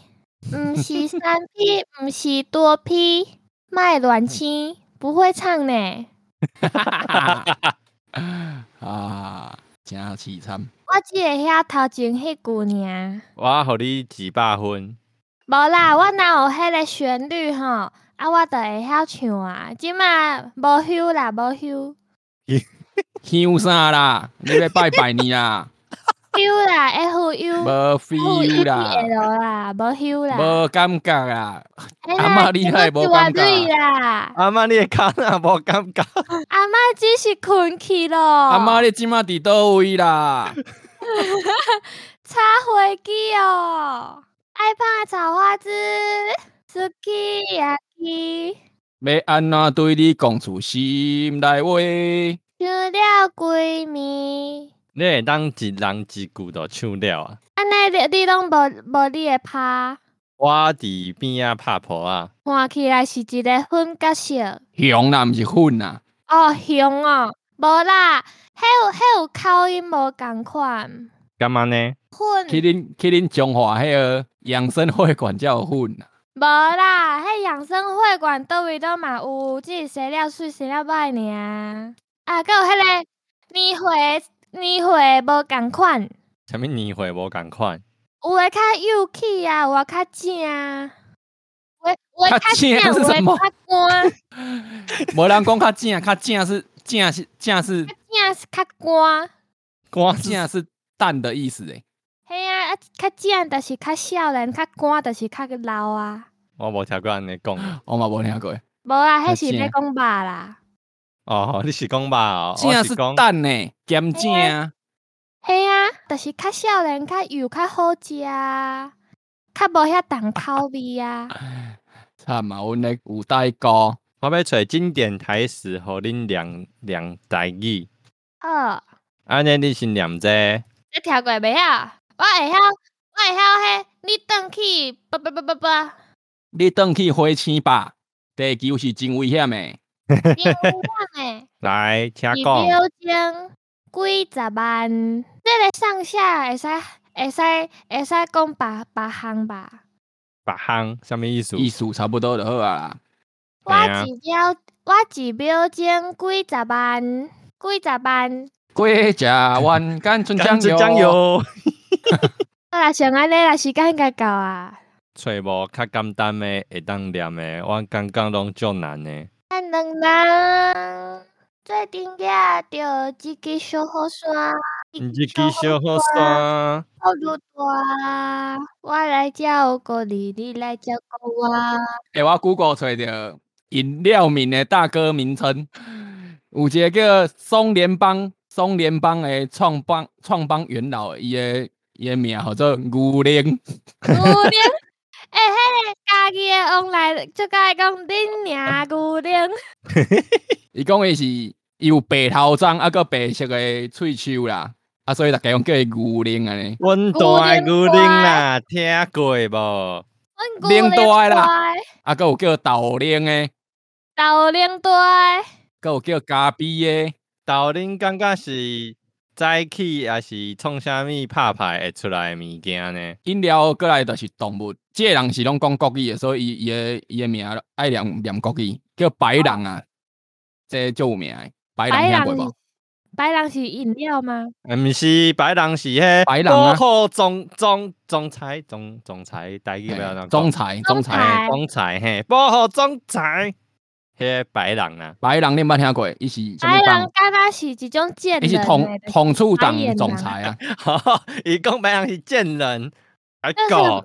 C: 毋是三 P，毋是 多 P，卖乱青，不会唱呢。
A: 啊，真凄惨。
C: 我只会晓头前迄句尔，
B: 我互你一百分，
C: 无啦，我若有迄个旋律吼，啊，我就会晓唱啊。即马无休啦，无休，
A: 香啥啦？你要拜拜你啊，
C: 休啦，F U，
A: 无
C: 哦
A: feel 啦，
C: L 啦，无休啦，
A: 无感觉啦。
C: 嘿
A: 阿
C: 啦
A: 嬷你
C: 这
A: 哪会
C: 个
A: 无
C: 是我
A: 感觉啊
C: 蕊啦。
B: 阿妈你诶卡那无感觉，
C: 阿妈只是困去咯。阿
A: 阿妈，你即马伫倒位啦？
C: 插花枝哦，爱拍草花枝，Suki
A: 要安怎对你讲出心内话？
C: 想了闺蜜，
B: 你会当一人一句就唱了啊。
C: 安尼你你拢无无你的拍，
B: 我伫边啊拍婆啊，
C: 看起来是一个粉角色。
A: 熊啦，毋是粉啦。
C: 哦，凶哦，无啦，迄有迄有口音无共款，
B: 干嘛呢？
A: 去
C: 粉
A: 恁去恁中华迄个养生会馆才有粉啦。
C: 无啦，迄养生会馆倒位都嘛有，只是洗了水洗了歹尔。啊，搁有迄、个年岁年岁无共款。
B: 啥物年岁无共款？
C: 有诶较幼气啊，有诶较正啊，有诶有诶
A: 较
C: 较
A: 正
C: 正，有
A: 是什
C: 诶
A: 么
C: 较干，
A: 无人讲较正，较正是正是正是
C: 正是较干。
B: 我
A: 正是淡的意思诶。
C: 嘿啊，啊较正就是较少年，较干就是较老啊。
B: 我无听过安尼讲。
A: 我嘛无听过。
C: 无啊，
A: 较
C: 迄是咧
A: 正
C: 讲肉啦。
B: 哦，你是讲吧？哦我
A: 正
B: 是
A: 是
B: 讲
A: 淡诶，咸正啊。
C: 嘿啊，就是较少年，较幼，较好食啊，较无遐重口味啊。
A: 惨啊！阮咧有代沟。
B: 我要找经典台词，互恁念念台语。
C: 哦，
B: 安尼你是念这个
C: 你听过未啊？我会晓，我会晓迄你转去，叭叭叭叭叭。
A: 你转去火星吧，地球是真危险诶。
C: 你有讲诶，
B: 来，请
C: 一
B: 讲。
C: 秒钟几十万，这个上下会使会使会使讲别别项吧。
B: 别项什么意思？
A: 意思差不多就好啊啦。
C: 我
B: 嘿啊
C: 一秒我一秒钟几十万，几十万。
A: 过食完干春
B: 酱
A: 酱
B: 油
A: 油，
B: 酱油，
C: 好啦，像安尼啦，时间应该到啊。
B: 揣无较简单的会当念的，我感觉拢足难的。
C: 咱两人做阵抓着一支小雨伞，
B: 嗯一支小雨伞，
C: 好愈大，我来照顾你，你来照顾我。
A: 诶、哎我 Google 找着饮料名的大哥名称，有一个叫松联邦，松联邦的创邦创邦元老，伊的伊的名叫做牛奶。
C: 牛奶，诶、欸，迄、个家己诶往来，就爱讲 恁娘牛奶，
A: 伊讲伊是伊有白头鬃，啊个白色的喙须啦，啊所以大家用叫伊牛奶安尼。
B: 温大的牛奶啦，听过无？
C: 阮牛奶
A: 奶大的啦，啊个有叫豆奶的，
C: 豆奶大的，
A: 个有叫咖啡的，
B: 豆奶感觉是早起也是创啥物拍牌会出来的物件呢？
A: 饮料过来就是动物，这个人是拢讲国语的，所以伊伊的伊的名爱念念国语，叫白人啊，这就有名的。白人听过
C: 哦白人
A: 无？
C: 白狼是饮料吗？
B: 啊，毋是白人是迄
A: 白人啊
B: 国货总总总裁总总裁，大家要
A: 嘿
B: 怎
A: 总裁，总
C: 总裁
A: 裁，
B: 裁总裁嘿，保护总裁，迄白人啊，
A: 白人你捌听过？伊是什
C: 白
A: 么
C: 狼
A: 党？
C: 刚刚是一种贱
A: 伊
C: 人
A: 是
C: 欸，
A: 统
C: 就是
A: 统促党
C: 白眼
A: 总
C: 狼
A: 裁 啊，
B: 伊讲白人是贱人，啊
C: 但是
A: 哦
B: 个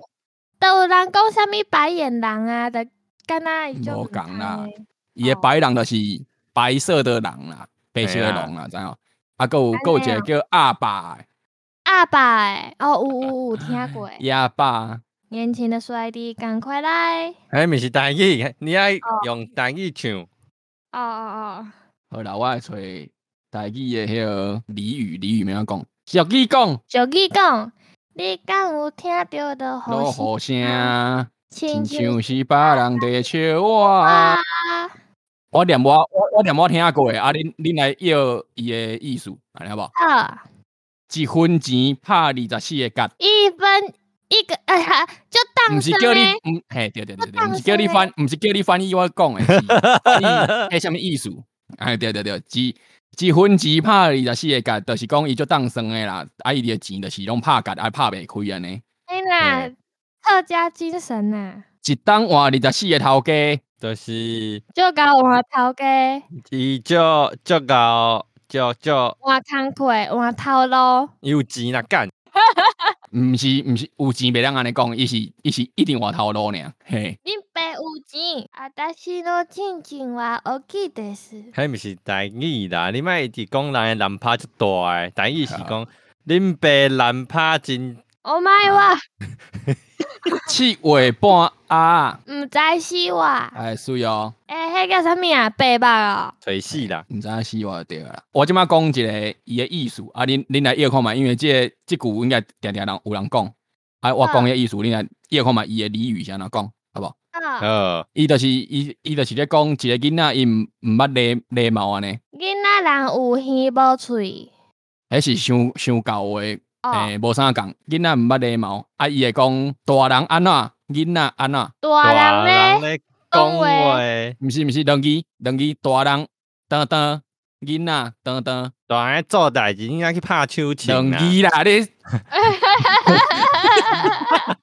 C: 都有人讲什么白眼狼啊的，刚刚就
A: 无讲啦伊的白
C: 哦
A: 人就是白色的狼啦，白色的
B: 嘿啊
A: 狼啦，知影？啊，还有还有一
C: 安
A: 个
C: 尼哦
A: 叫阿爸的，
C: 阿爸欸，哦，有有有听 过欸，
A: 阿爸。
C: 年轻的帅弟，赶快来！
B: 迄毋是台语，你爱用台语唱。
C: 哦哦哦，
A: 好啦，我来找台语的迄个俚语，俚语咩样讲？俗语讲，
C: 小弟讲，你敢有听到的
A: 落
C: 好
A: 雨声，
C: 亲
A: 亲
C: 像
A: 像是别人在笑我。
C: 啊？
A: 我念我我我念我听过的，啊，恁恁来要伊的意思，安尼好无？
C: 二
A: 一分钱拍二十四个角，
C: 一分一个，哎呀，就当
A: 毋是
C: 真
A: 叫你
C: 欸，
A: 嗯，嘿，对对对
C: 我
A: 对，
C: 当
A: 毋是叫你
C: 真
A: 翻，毋是叫你翻译我讲 的，是是迄什么意思？哎，对对对，一一分钱拍二十四个角，就是讲伊就当算的啦，啊，伊的钱就是拢拍角，啊，拍袂开安尼。
C: 哎啦，客家精神呐，
A: 一当换二十四个头家，
B: 就是
C: 就搞换头家，
B: 伊足足够足足
C: 换工课，换头路，
B: 有钱啦干，
A: 毋是毋是有钱袂当安尼讲，伊是伊是一定换头路尔。嘿，
C: 恁爸有钱，啊，但是都亲像我我记得是，
B: 迄毋是台语啦。你莫一直讲人诶难拍足大诶，台语是讲恁爸难拍真
C: 我卖
A: 啊
C: 我，
A: 七月半啊，
C: 唔知死我，哎，
A: 哎，水哦，
C: 迄叫啥物啊？白目哦，
B: 垂死啦。
A: 毋知影死我就对了啦。我即摆讲一个伊的意思，啊，恁恁来约看嘛，因为即、个即句应该定定人有人讲，啊，我讲迄个意思，恁来约看嘛，伊的俚语是安怎讲，好无？
C: 啊，
B: 呃，
A: 伊就是伊伊就是咧讲一个囡仔，伊毋毋捌礼礼貌安尼，
C: 囡仔人有耳无喙，
A: 迄是伤伤厚诶。
C: 哦，
A: 诶，无啥共，囡仔毋捌礼貌，啊，伊会讲大人安怎，囡仔安怎，
C: 大人咧，
B: 咧
C: 讲
B: 讲
C: 话
B: 话，
A: 毋是毋是，两字两字大人当当，囡仔当当，
B: 大人做代志应该去拍手啊
A: 两
B: 枪啦。
A: 字啦， 你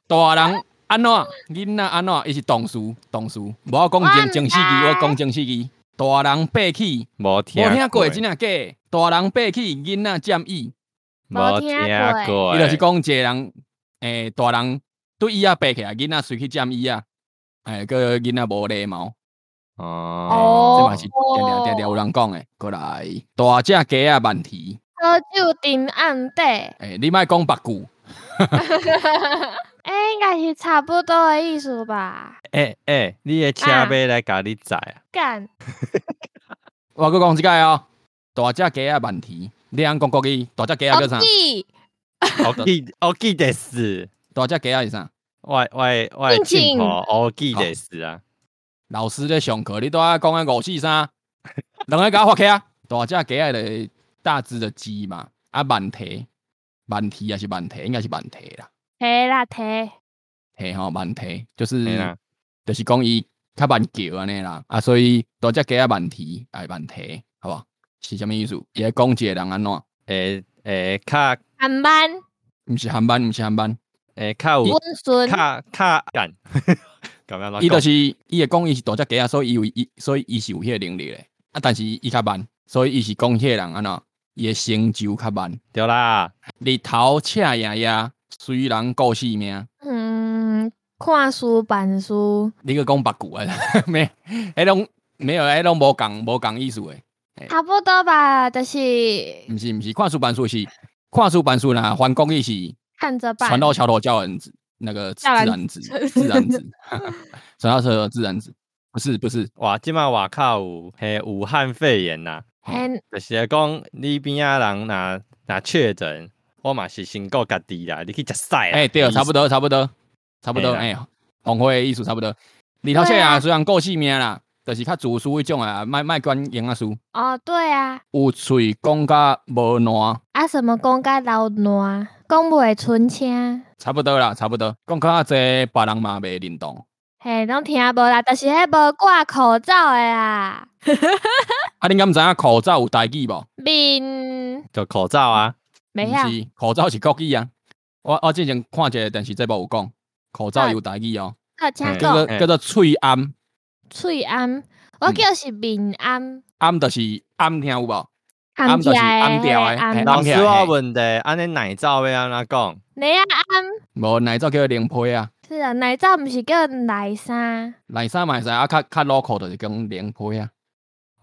A: 大人安怎，囡仔安怎，伊是同事同事，无我讲
C: 我
A: 正
C: 毋
A: 正四字，
C: 知
A: 我讲正四字，大人爬起，
B: 无
A: 无
B: 听
A: 听过真正假的，大人爬起，囡仔占意，
B: 无
C: 无
B: 听
C: 听
B: 过，
A: 伊就是讲一个人，诶、大人对伊啊爬起来，囡仔随去占伊啊，诶、个囡仔无礼貌。这
B: 哦
A: 嘛是定定定定有人讲诶，过来大只鸡啊万蹄，
C: 喝酒顶暗底。
A: 诶、你莫讲白句，
C: 哎、应该是差不多的意思吧？
B: 诶诶，你的车
C: 啊
B: 尾来甲你载 啊？
C: 干，
A: 我搁讲一个哦，大只鸡啊万蹄，你通讲国语，大只鸡啊叫啥？
C: 记，
B: 我记我记得是，
A: 大只鸡啊是啥？
B: 我我的我的
C: 敬
B: 镜
C: 敬
B: 头我记得是啊。
A: 老师咧上课，你都要讲个五四三， 两个甲我发起啊！大只鸡啊就是大只的鸡嘛，啊万蹄，万蹄也是万蹄，应该是万蹄啦，
C: 提啦提，
A: 蹄吼万蹄就是
B: 嘿啦
A: 就是讲伊较慢叫安尼啦，啊，所以大只鸡啊慢提，哎慢提，好无？是啥物意思？伊咧讲一个人安怎？
B: 诶诶，较
C: 慢慢
A: 毋是韩版，毋是韩版，
B: 诶较有
C: 温顺，
B: 较较干， 咁样
A: 伊就是是伊会讲伊是大只鸡啊，所以伊有伊，所以伊是有迄个能力咧。啊，但是伊较慢，所以伊是讲迄个人安怎？伊诶成就较慢，
B: 对啦。
A: 日头赤呀呀，虽然顾性命。
C: 嗯，看书办书，
A: 你个讲白句啊？ 没，迄拢没有，迄拢无共无共意思诶。
C: 差不多吧，就是
A: 毋是毋是，看书办书是看书办书啦，翻国语是。
C: 看着办
A: 传。到桥嗯头教人子，那 个自
C: 教人
A: 然子，自然 子，传到桥头自然子，不是不是，
B: 哇，即摆外口有嘿武汉肺炎呐，
C: 哎、
B: 就是讲你边仔人若若确诊，我嘛是先顾家己啦，你去食屎啊啦。
A: 哎、对了，差不多差不多差不多，
B: 嘿
A: 哎、红会艺术差不多。里头下
C: 对啊
A: 呀，虽然够细命啦，就是较自私迄种啊，卖卖管闲啊事，
C: 哦，对啊，
A: 有喙讲甲无烂，
C: 啊什么讲甲老烂，讲袂纯青，
A: 差不多啦，差不多。讲较济，别人嘛袂认同。
C: 嘿，拢听无啦，但是迄无挂口罩的啦，
A: 啊，恁敢知影口罩有代志无？
C: 面
B: 就口罩啊，
C: 没
A: 不
C: 啊，
A: 是，口罩是国语啊。我我之前看一个电视节目有讲，口罩
C: 啊
A: 有代志哦，
C: 好请
B: 嗯
A: 叫
C: 讲
A: 做
B: 嘿
A: 叫做喙暗，
C: 喙暗，我
A: 嗯
C: 叫是面暗，
A: 暗就是暗听有无？暗
C: 暗
A: 就是
C: 起来
A: 暗
C: 的，
A: 掉的
C: 暗
A: 嘿
B: 老师
A: 人起来嘿
B: 我问题，安尼奶罩要安怎讲？
C: 你啊暗，
A: 无奶罩叫做零配啊，
C: 是啊，奶罩毋是叫奶衫，
A: 内衫嘛会使啊，较较 local 就是讲零配啊。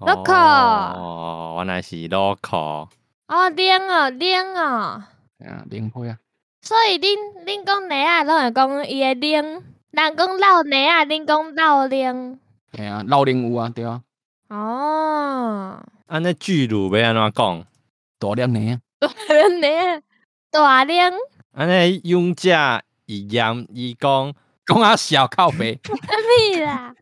C: Local
B: 哦，原来是 local。
C: 哦，冷哦，冷哦，
A: 啊，零配啊，
C: 所以恁恁讲奶啊，拢会讲伊的冷，人讲老奶啊，恁讲老冷，
A: 嘿啊，老零有啊，对啊，
C: 哦。
B: 安尼巨乳要安怎讲？
A: 大量呢啊。
C: 你啊大量
B: 安尼用价一样，伊讲
A: 讲啊小靠 背，
C: 屁啦！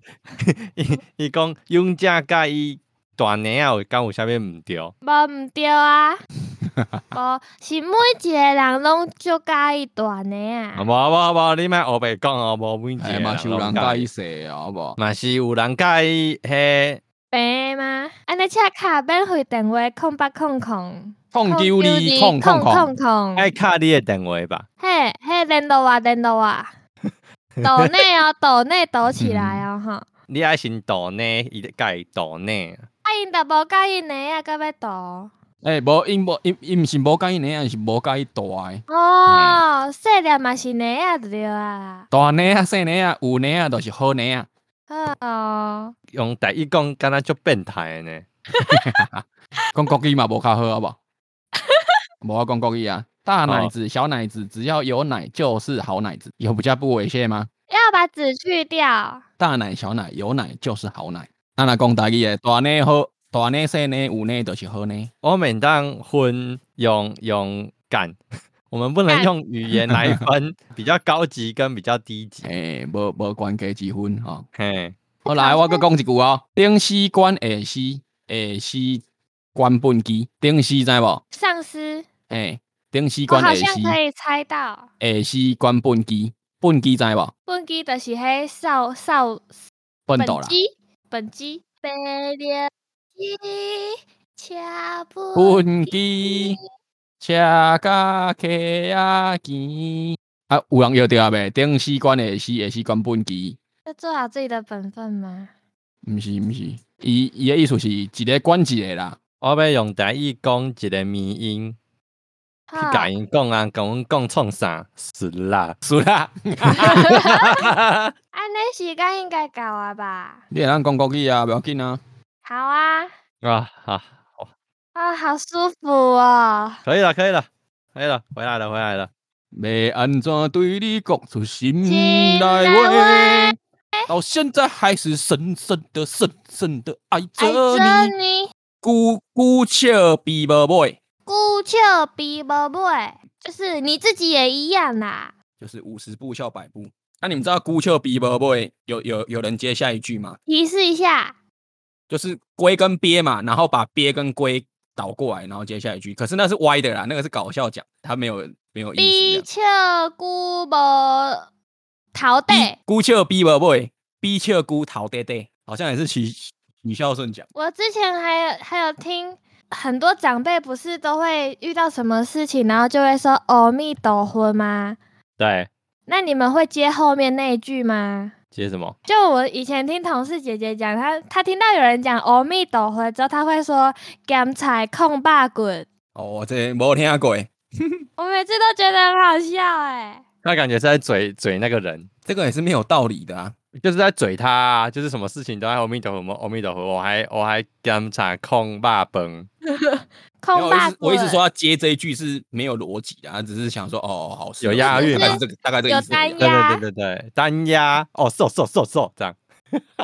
B: 伊伊讲用价甲伊大奶啊，有讲有啥物毋对？
C: 无毋对啊，无是每一个人拢足介意大呢
B: 啊无
C: 啊。
B: 无无，你莫黑白讲哦，无每一个
A: 哎嘛是有人
B: 拢
A: 介
B: 介
A: 意
B: 意，
A: 说啊，好无？
B: 嘛是有人介意迄
C: 病吗？安尼车卡免费电话空八空空
A: 控丢你，控控
C: 空
A: 控，
C: 空空，
B: 爱卡你的电话吧？
C: 嘿嘿联络啊联 络啊，抖内哦抖内抖起来哦吼。
B: 你爱先抖呢，伊甲伊抖呢。
A: 嗯
C: 啊因都无介意呢啊，搁要抖。
A: 哎，无因无因因毋是无介意呢，是无介意大诶。
C: 哦，
A: 嗯
C: 细粒嘛是呢啊就对啊。
A: 大呢啊，细呢啊，有呢啊，都是好呢啊。
C: 哦，
B: 用第一讲，敢若足变态的呢？
A: 讲国语嘛无较好，好无？ 无我讲国语啊，大奶子、小奶子，只要有奶就是好奶子，有比较不猥亵吗？
C: 要把籽去掉。
A: 大奶、小奶，有奶就是好奶。咱若讲大语诶，大呢好，大呢细呢有呢就是好呢。
B: 我们当分用用感， 我们不能
C: 干
B: 用语言来分比较高级跟比较低级。
A: 诶，无无关家之分吼。
B: 嘿，
A: 好 来，我搁讲一句哦，顶西关下西，下西关本机，顶西知无？
C: 丧尸，
A: 诶、顶西
C: 我
A: 关
C: 哦好
A: 下
C: 像
A: 西，
C: 可以猜到，
A: 下西关本机，本机知无？
C: 本机就是迄少少
A: 笨
C: 本
A: 斗啦，
C: 机，本机飞碟机，车不
A: 本机车甲客啊见啊，有人摇着啊未？顶西关下西，下西关本机，
C: 要做好自己的本分吗？
A: 毋是毋是，伊伊诶意思是一个管一个啦，
B: 我要用第一讲一个迷音，去
C: 好
B: 甲因讲啊，甲阮讲创啥？是啦，
A: 是啦。
C: 安尼时间应该够啊吧？
A: 你会通讲国语啊，袂要紧啊。
C: 好啊，
B: 啊啊，好
C: 啊，好舒服哦，
B: 可以了，可以了，可以了，回来了，回来了。
A: 要安怎对你讲出心
C: 心
A: 内
C: 内
A: 话？到现在还是深深的、深深的爱
C: 爱
A: 着
C: 着
A: 你，
C: 你，
A: 久久笑比无尾，
C: 孤笑比无尾，就是你自己也一样啦。
A: 就是五十步笑百步。那、你们知道久笑比无尾有有有人接下一句吗？
C: 提示一下，
A: 就是龟跟鳖嘛，然后把鳖跟龟倒过来，然后接下一句。可是那是歪的啦，那个是搞笑讲，它没有没有意思这
C: 比
A: 样。
C: 笑姑无头
A: 比
C: 底。
A: 久笑比无尾，比笑久头爹爹，好像也是许许孝顺讲。
C: 我之前还有还有听很多长辈不是都会遇到什么事情，然后就会说“阿弥陀佛”吗？
B: 对，
C: 那你们会接后面那一句吗？
B: 接什么？
C: 就我以前听同事姐姐讲，她她听到有人讲“阿弥陀佛”之后，她会说“咸菜控霸滚
A: 哦，这没听过，”，
C: 我每次都觉得很好笑哎、
B: 那感觉是在嘴嘴那个人，
A: 这个也是没有道理的啊。
B: 就是在嘴他、啊，就是什么事情都在阿弥陀佛，阿弥陀佛，我还我还检查控霸崩。
A: 没
C: 控
A: 有我
C: 霸
A: 一直
C: 滚。
A: 我一直说要接这一句是没有逻辑的啊，只是想说哦，好是
B: 有押韵
A: 大概
B: 嘛
A: 是这个大概这个
C: 有
A: 意思而已啊。
B: 对
C: 鸭
B: 对对对对，单压哦，瘦瘦瘦瘦这样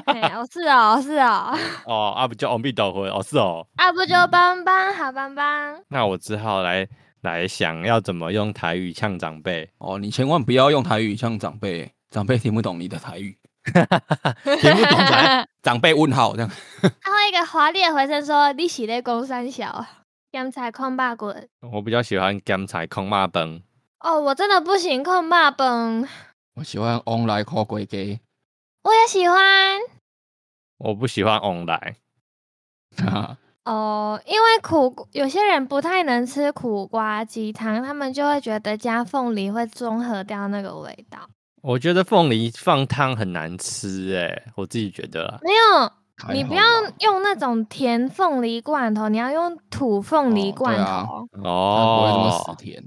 C: 嘿哦是哦是哦，
B: 哦，啊不叫阿弥陀佛哦是哦，
C: 啊不就帮帮好帮帮，
B: 那我只好来来想要怎么用台语呛长辈。
A: 哦，你千万不要用台语呛长辈，长辈听不懂你的台语。
B: 听不懂来，
A: 长辈问号这样，
C: 他会一个华丽的回声说：“你洗在公三小，啊刚才控霸滚。
B: 我比较喜欢甘菜空骂崩，”
C: 哦，我真的不行，控霸崩，
A: 我喜欢 on 来 call 鬼给，
C: 我也喜欢
B: 我不喜欢 on 来。
C: 哦，因为苦有些人不太能吃苦瓜鸡汤，他们就会觉得加凤梨会中和掉那个味道。
B: 我觉得凤梨放汤很难吃、欸，哎，我自己觉得啦。
C: 没有，
A: 还
C: 你不
A: 好
C: 要
A: 吧
C: 用那种甜凤梨罐头，你要用土凤梨
A: 哦对
C: 罐头。
A: 啊它不会这么
B: 哦
A: 死，甜。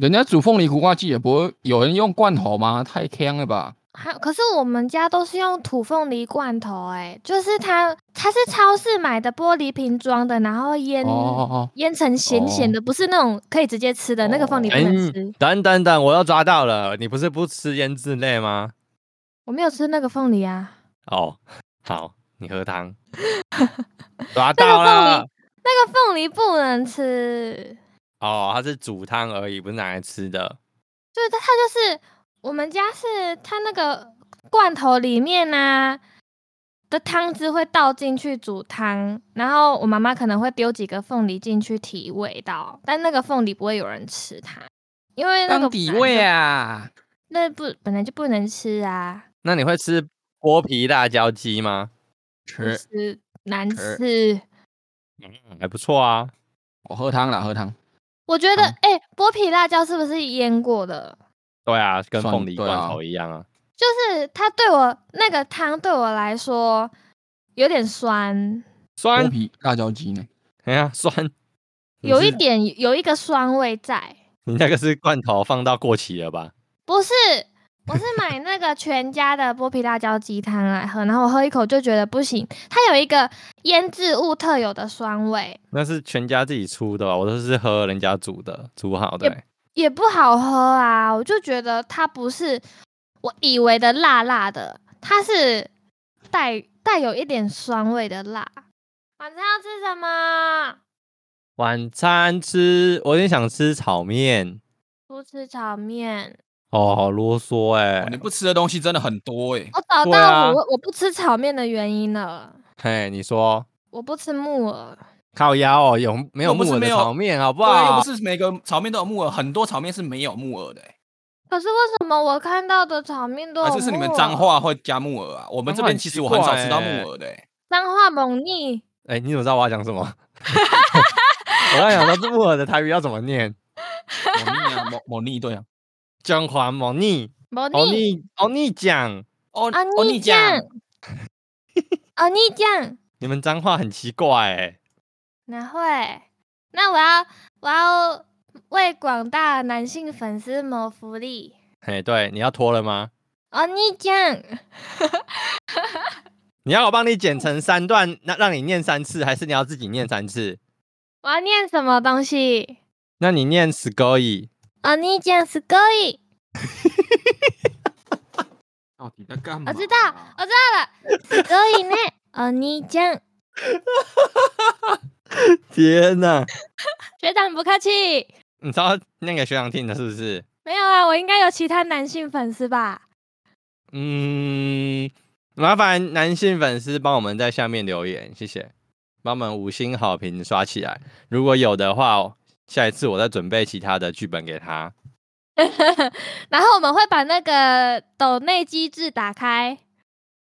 A: 人家煮凤梨苦瓜鸡也不会有人用罐头吗？太坑了吧！
C: 还可是我们家都是用土凤梨罐头、哎，就是它它是超市买的玻璃瓶装的，然后腌、
A: 哦哦
C: 腌成咸咸的，不是那种可以直接吃的、那个凤
A: 哦
C: 梨不
A: 哎
C: 能吃。
B: 等等等，我要抓到了，你不是不吃腌制类吗？
C: 我没有吃那个凤梨啊，
B: 哦，好，你喝汤，抓到
C: 那个凤
B: 了
C: 梨。，那个凤梨不能吃，
B: 哦，它是煮汤而已，不是拿来吃的。
C: 就是它它就是我们家是它那个罐头里面呢、的汤汁会倒进去煮汤，然后我妈妈可能会丢几个凤梨进去提味道，但那个凤梨不会有人吃它，因为那个
A: 当底
C: 本来
A: 味
C: 就，
A: 啊！
C: 那不本来就不能吃啊，
B: 那你会吃剥皮辣椒鸡吗？
C: 不
A: 吃，
C: 吃难
A: 吃
C: 吃。
B: 还不错啊。
A: 我喝汤啦，喝汤。
C: 我觉得
A: 好，
C: 哎、剥皮辣椒是不是腌过的？
B: 对啊，跟
A: 算
B: 凤梨
A: 对
B: 罐
A: 啊
B: 头一样啊。
C: 就是它对我那个汤对我来说有点酸，
B: 酸
A: 剥，皮辣椒鸡呢？
B: 哎呀，酸，你
C: 有一
B: 是，
C: 点有一个酸味在。
B: 你那个是罐头放到过期了吧？
C: 不是， 我是买那个全家的剥皮辣椒鸡汤来喝，然后我喝一口就觉得不行，它有一个腌制物特有的酸味，
B: 那是全家自己出的吧，我都是喝人家煮的，煮好的、
C: 也
B: 欸。
C: 也不好喝啊。我就觉得它不是我以为的辣辣的，它是带带有一点酸味的辣。晚上要吃什么？
B: 晚餐吃，我有点想吃炒面。
C: 不吃炒面。
B: 哦，好啰嗦哎、
A: 哦你不吃的东西真的很多哎。
C: 我找
B: 对
C: 到
B: 啊
C: 我、我不吃炒面的原因了，
B: 嘿，你说
C: 我不吃木耳。
B: 靠腰哦，有没有
A: 又不
B: 木
A: 是
B: 耳的
A: 没有
B: 炒面好不
A: 对，啊又
B: 好？
A: 不是每个炒面都有木耳，很多炒面是没有木耳的欸。
C: 可是为什么我看到的炒面都有
A: 还啊是是你们
C: 木
A: 彰
C: 耳
A: 化会加木耳啊？我们这
B: 彰化很
A: 边其实我很少吃到
B: 奇怪欸
A: 木耳的欸。
C: 脏话猛逆，
B: 哎、你怎么知道我要讲什么？我刚想说这木耳的台语要怎么念？
A: 某逆啊，某某逆对啊。
B: 中华蒙逆，
C: 猛
B: 欧
C: 逆，
B: 尼欧尼酱，
A: 哦
C: 啊
A: 哦，
C: 逆
A: 你讲
C: 酱，哦逆酱，
B: 你们脏话很奇怪哎、
C: 哪会？那我要我要为广大男性粉丝谋福利，
B: 哎，对，你要脱了吗？
C: 哦逆酱，
B: 你要我帮你剪成三段，那让你念三次，还是你要自己念三次？
C: 我要念什么东西？
B: 那你念 s c o y
C: 哦逆酱すごい，
A: 到底在干啊
C: 我知道，我知道了，すごいね。哦逆酱，
B: 天哪！
C: 学长不客气。
B: 你知道念给学长听的是不是？
C: 没有啊，我应该有其他男性粉丝吧？
B: 嗯，麻烦男性粉丝帮我们在下面留言，谢谢，帮我们五星好评刷起来。如果有的话，下一次我再准备其他的剧本给他。
C: 然后我们会把那个抖内机制打开。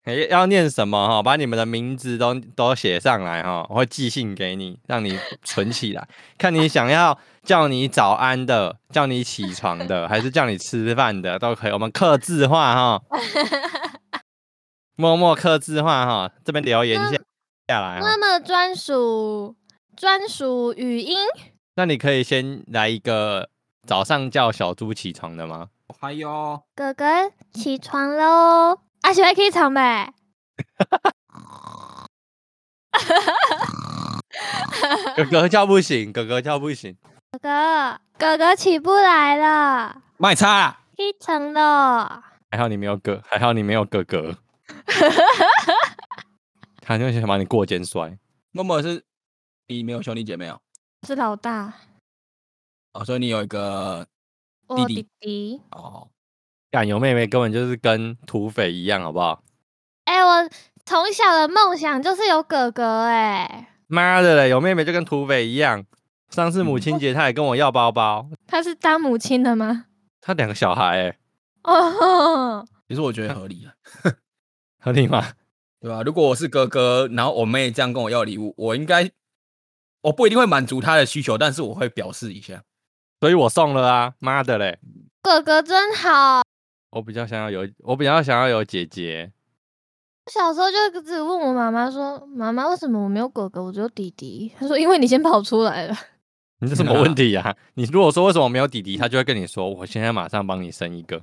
B: 诶要念什么哈？把你们的名字都都写上来哈，我会寄信给你，让你存起来。看你想要叫你早安的，叫你起床的，还是叫你吃饭的，都可以。我们刻字化哈，默默刻字化哈，这边留言下下
A: 哎
B: 来
C: 那
B: 哈。
C: 么专属专属语音，
B: 那你可以先来一个早上叫小猪起床的吗？
A: 还有
C: 哥哥起床喽！啊，喜欢起床呗？
B: 哥哥叫不醒，哥哥叫不醒。
C: 哥哥，哥哥起不来了，
A: 卖差啊，
C: 起床了。
B: 还好你没有哥，还好你没有哥哥，他就想把你过肩摔。
A: 默默是你没有兄弟姐妹哦，
C: 是老大，
A: 哦，所以你有一个
C: 我
A: 弟
C: 弟弟，
A: 哦，
B: 敢有妹妹根本就是跟土匪一样，好不好？
C: 哎、我从小的梦想就是有哥哥哎、
B: 妈的嘞，有妹妹就跟土匪一样。上次母亲节她也跟我要包包，
C: 他是当母亲的吗？
B: 她两个小孩哎、
C: 哦，
A: 其实我觉得合理啊，
B: 合理吗？
A: 对吧、如果我是哥哥，然后我妹这样跟我要礼物，我应该我不一定会满足她的需求，但是我会表示一下。
B: 所以我送了啊，妈的嘞，
C: 哥哥真好。
B: 我比较想要有，我比较想要有姐姐。
C: 我小时候就只问我妈妈说：“妈妈，为什么我没有哥哥，我只有弟弟？”她说：“因为你先跑出来了。
B: 你这什
C: 嗯
B: 么问题呀、你如果说为什么没有弟弟，他就会跟你说，我现在马上帮你生一个。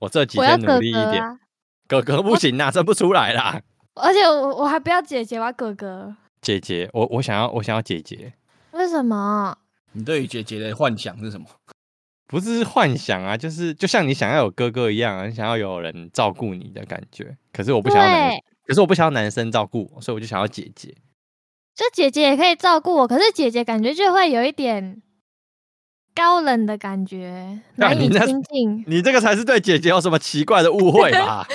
B: 我这”几
C: 我要
B: 天努
C: 哥
B: 力一
C: 哥
B: 点，
C: 啊！
B: 哥哥不行啦，生不出来啦。
C: 而且我我还不要姐姐，我要哥哥。
B: 姐姐，我我想要我想要姐姐，
C: 为什么？
A: 你对于姐姐的幻想是什么？
B: 不是幻想啊，就是就像你想要有哥哥一样啊，你想要有人照顾你的感觉。可是我不想要男，
C: 对，
B: 可是我不想要男生照顾我，所以我就想要姐姐。
C: 就姐姐也可以照顾我，可是姐姐感觉就会有一点高冷的感觉，
B: 那
C: 难
B: 你
C: 以
B: 那
C: 亲近。
B: 你这个才是对姐姐有什么奇怪的误会 吧？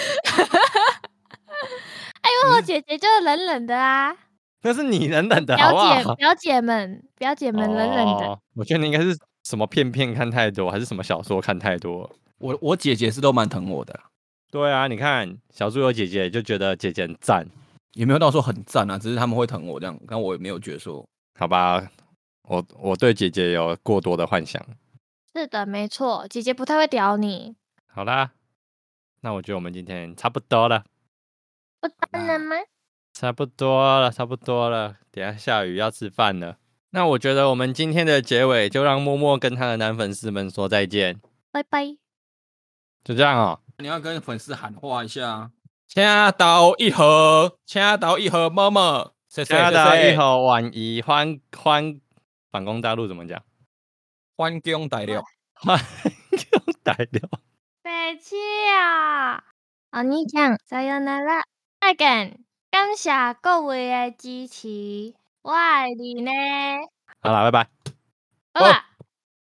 C: 哎呦，我姐姐就是冷冷 的啊，
B: 那是你冷冷的好不
C: 表姐
B: 啊好？
C: 表姐们表姐们冷冷的。
B: 哦我觉得你应该是什么片片看太多，还是什么小说看太多？
A: 我我姐姐是都蛮疼我的啦，
B: 对啊，你看小猪有姐姐就觉得姐姐很赞，
A: 也没有到说很赞啊，只是他们会疼我这样，但我也没有觉得说
B: 好吧？我我对姐姐有过多的幻想。
C: 是的，没错，姐姐不太会屌你。
B: 好啦，那我觉得我们今天差不多了，
C: 不
B: 啊
C: 当然吗？
B: 差不多了，差不多了。等一下下雨要吃饭了。那我觉得我们今天的结尾就让默默跟他的男粉丝们说再见，
C: 拜拜。
B: 就这样哦。
A: 你要跟粉丝喊话一下啊，掐到一盒，掐到一盒，么么，谢谢
B: 加大
A: 谢
B: 一
A: 谢
B: 号晚怡欢欢反攻大陆怎么讲？
A: 欢迎大料，
B: 欢 又逮了。
C: 再见啊！お兄ちゃん、さよなら。再见，感谢各位的支持，我爱你呢。
B: 好啦，拜拜。
C: 好吧。